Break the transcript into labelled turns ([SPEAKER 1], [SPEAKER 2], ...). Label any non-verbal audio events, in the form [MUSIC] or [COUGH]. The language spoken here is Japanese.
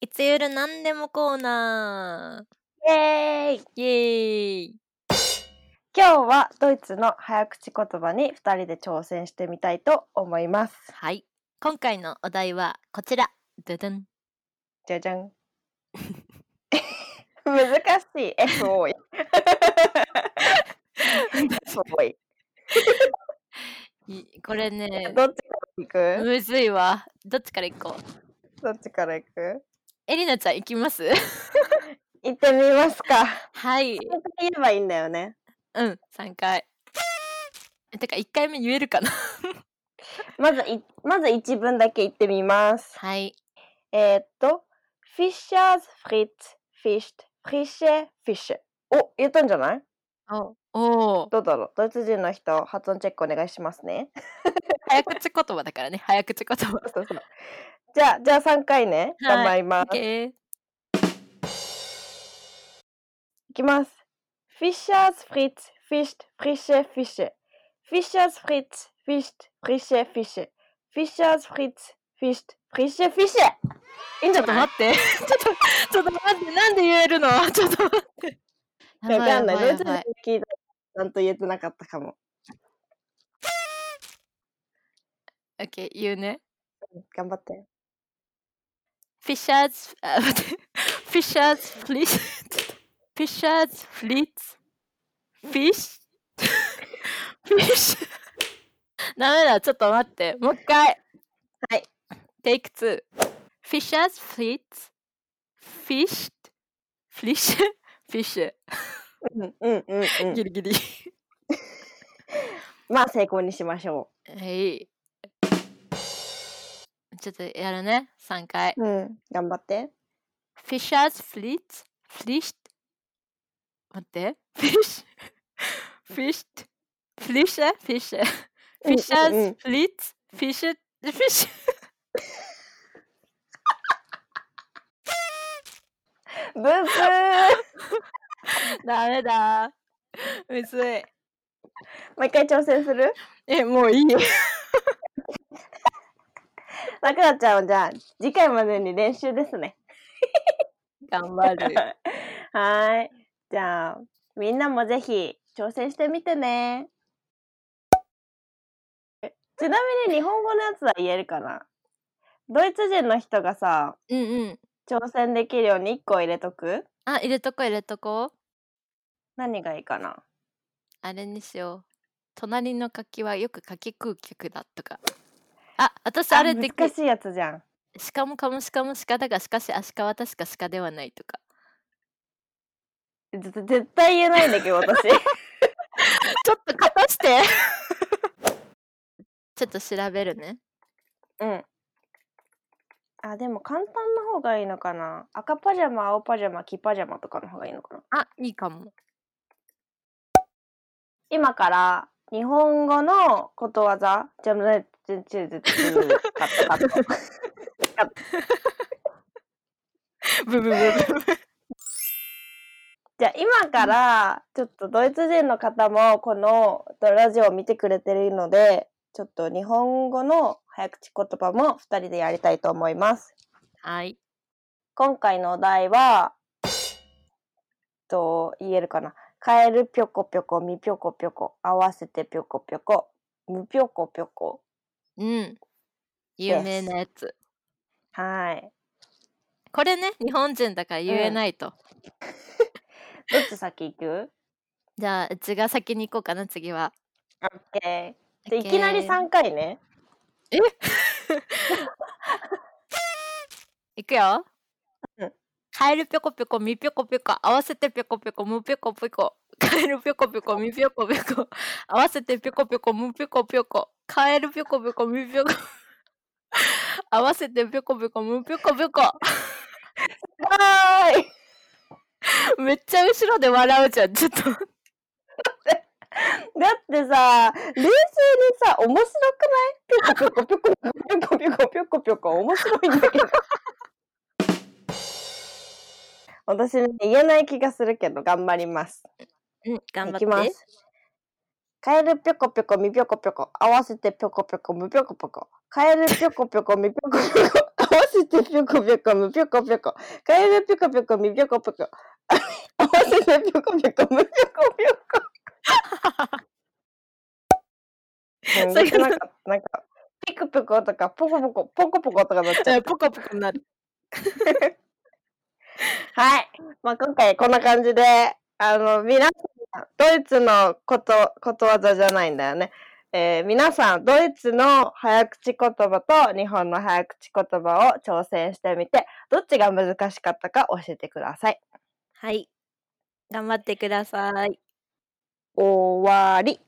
[SPEAKER 1] 月ゆるなんでもコーナ
[SPEAKER 2] イエーイ
[SPEAKER 1] ー。イエーイ。
[SPEAKER 2] 今日はドイツの早口言葉に2人で挑戦してみたいと思います。
[SPEAKER 1] はい。今回のお題はこちら。ドゥドゥン。
[SPEAKER 2] じゃじゃ [LAUGHS] ん。難しい。F 多い。F 多い。
[SPEAKER 1] いこれね、
[SPEAKER 2] どっちから行く
[SPEAKER 1] むずいわ。どっちから行こう。
[SPEAKER 2] どっちから行く
[SPEAKER 1] エリナちゃん行きます
[SPEAKER 2] 行ってみますか。
[SPEAKER 1] はい。
[SPEAKER 2] もう一回言えばいいんだよね。
[SPEAKER 1] うん、3回。えてか1回目言えるかな
[SPEAKER 2] まずい、まず一文だけ言ってみます。
[SPEAKER 1] はい。
[SPEAKER 2] えーっと、フィッシャーズ・フリッツ、フィッシュ、フィッシェ、フィッシュ。お、言ったんじゃない
[SPEAKER 1] おおー
[SPEAKER 2] どうだろうドイツ人の人、発音チェックお願いしますね。
[SPEAKER 1] 早口言葉だからね。早口言葉。
[SPEAKER 2] そうそうじゃあ、じゃあ3回ね。
[SPEAKER 1] はい
[SPEAKER 2] 頑張りま
[SPEAKER 1] オ
[SPEAKER 2] す。
[SPEAKER 1] ッケー。
[SPEAKER 2] いきます。フィッシャーズ・フリッツ、フィッシュ、フィッシェ、フィッシェ。フィッシャーズ・フリッツ、フィッシュ、フィッシェ、フィッシェ。フィッシャーズ・フリッツ、フィッシュ、フィッシェ、フィッシェ。いいんじ
[SPEAKER 1] ちょ
[SPEAKER 2] ゃ
[SPEAKER 1] っと
[SPEAKER 2] ない
[SPEAKER 1] 待って。 [LAUGHS] ちょっと、ちょっと待って。なんで言えるのちょっと待って。
[SPEAKER 2] わかんない。
[SPEAKER 1] や
[SPEAKER 2] ド
[SPEAKER 1] ば
[SPEAKER 2] イ
[SPEAKER 1] や
[SPEAKER 2] ツ
[SPEAKER 1] ば
[SPEAKER 2] 人に聞いたらちゃんと言えてなかったかも。
[SPEAKER 1] オッケー、言うね。
[SPEAKER 2] 頑張って。
[SPEAKER 1] フィッシャーズ、あ、 [LAUGHS] 待って。フィッシャーズフリッツ。フィッシャーズフリッツ。フィッ [LAUGHS] シュ。フィッシュ。ダメだ、ちょっと待って。もう一回。
[SPEAKER 2] はい。
[SPEAKER 1] テイク2。フィッシャーズフリッツ。フィッシュ。フィッ [LAUGHS] シュ。フィッシ
[SPEAKER 2] うんうん [LAUGHS] うんう
[SPEAKER 1] ュ。ギ
[SPEAKER 2] ん。
[SPEAKER 1] リギリ。
[SPEAKER 2] まあ成功にしましょ
[SPEAKER 1] はい。ちょっとやるね。3回。
[SPEAKER 2] う。うん。頑張って。
[SPEAKER 1] フィッシャーズフリッツフリッシュ待 [LAUGHS] ってフィッシュフィッシュフリッシュフィッシュフィッシャ
[SPEAKER 2] うんうんう
[SPEAKER 1] ー
[SPEAKER 2] ん
[SPEAKER 1] ズフリッツフィッシュフィッ [LAUGHS] シュ
[SPEAKER 2] ブーブー
[SPEAKER 1] ダメだむず
[SPEAKER 2] [LAUGHS]
[SPEAKER 1] い
[SPEAKER 2] もう一回挑戦する
[SPEAKER 1] えもういい
[SPEAKER 2] なくなっちゃうじゃあ、次回までに練習ですね。
[SPEAKER 1] [LAUGHS] 頑張
[SPEAKER 2] [LAUGHS]
[SPEAKER 1] る
[SPEAKER 2] はーい。じゃあ、みんなもぜひ挑戦してみてね。えちなみに日本語のやつは言えるかなドイツ人の人がさ、
[SPEAKER 1] うんうん
[SPEAKER 2] 挑戦できるように1個入れとく
[SPEAKER 1] あ入れとこ入れとこ
[SPEAKER 2] 何がいいかな
[SPEAKER 1] あれにしよう隣の柿はよく柿空客だとかあ私あれでき
[SPEAKER 2] 難しいやつじゃん。
[SPEAKER 1] しかもかもしかもしかだがしかしアシカは確か鹿ではないとか
[SPEAKER 2] ぜ絶対言えないんだけど、私。 [LAUGHS]
[SPEAKER 1] ちょっとかたして。 [LAUGHS] ちょっと調べるね。
[SPEAKER 2] うん。あ、でも簡単な方がいいのかな赤パジャマ、青パジャマ、黄パジャマとかの方がいいのかな
[SPEAKER 1] あ、いいかも。
[SPEAKER 2] 今から日本語のことわざじゃないちょちょちょちょカットカット
[SPEAKER 1] ブブブ
[SPEAKER 2] じゃあ今からちょっとドイツ人の方もこのラジオを見てくれてるのでちょっと日本語の早口言葉も2人でやりたいと思います。
[SPEAKER 1] はい。
[SPEAKER 2] 今回のお題はと言えるかなカエルぴょこぴょこみぴょこぴょこ合わせてぴょこぴょこむぴょこぴょこ
[SPEAKER 1] うん。有名なやつ。
[SPEAKER 2] はい
[SPEAKER 1] これね、日本人だから言えないと。
[SPEAKER 2] どっち先行く
[SPEAKER 1] じゃあ、うちが先に行こうかな、次は。
[SPEAKER 2] オッケーでいきなり3回ね
[SPEAKER 1] いくよ。
[SPEAKER 2] うん
[SPEAKER 1] カエルぴょこぴょこ、みぴょこぴょこ、合わせてぴょこぴょこ、むぴょこぴょこ。カエルぴょこぴょこ、みぴょこぴょこ、合わせてぴょこぴょこ、むぴょこぴょこ。カエルぴょこぴょこ、みぴょこ。合わせてぴょこぴょこ、むぴょこぴょこ。
[SPEAKER 2] はーい。
[SPEAKER 1] めっちゃ後ろで笑うじゃん。ちょっと。
[SPEAKER 2] だってさ、冷静にさ、面白くないピョコピョコピョコピョコピョコピョコピョコ面白いんだけ [LAUGHS] ど。私ね、言えない気がするけど、頑張ります。
[SPEAKER 1] うん、頑
[SPEAKER 2] い
[SPEAKER 1] 張
[SPEAKER 2] きま
[SPEAKER 1] って。
[SPEAKER 2] す。カエルぴょこぴょこみぴょこぴょこ合わせてぴょこぴょこむぴょこぴょこカエルぴょこぴょこみぴょこぴょこ合わ [LAUGHS] 合わせてぴょこぴょこむぴょこぴょこ。カエルぴょこぴょこみぴょこぴょこ。 [LAUGHS] 合わせてぴょこぴょこむぴょこぴょこ。
[SPEAKER 1] [LAUGHS]
[SPEAKER 2] うん
[SPEAKER 1] 最後の
[SPEAKER 2] なんか、なんか、ピクピクとか、ポコポコ、ポコポコとかなっちゃう。
[SPEAKER 1] ポカポカになる。
[SPEAKER 2] はい。まあ、今回こんな感じで、あの、皆さん、ドイツのこと、ことわざじゃないんだよね。えー皆さん、ドイツの早口言葉と日本の早口言葉を挑戦してみて、どっちが難しかったか教えてください。
[SPEAKER 1] はい。頑張ってください。
[SPEAKER 2] 終わり。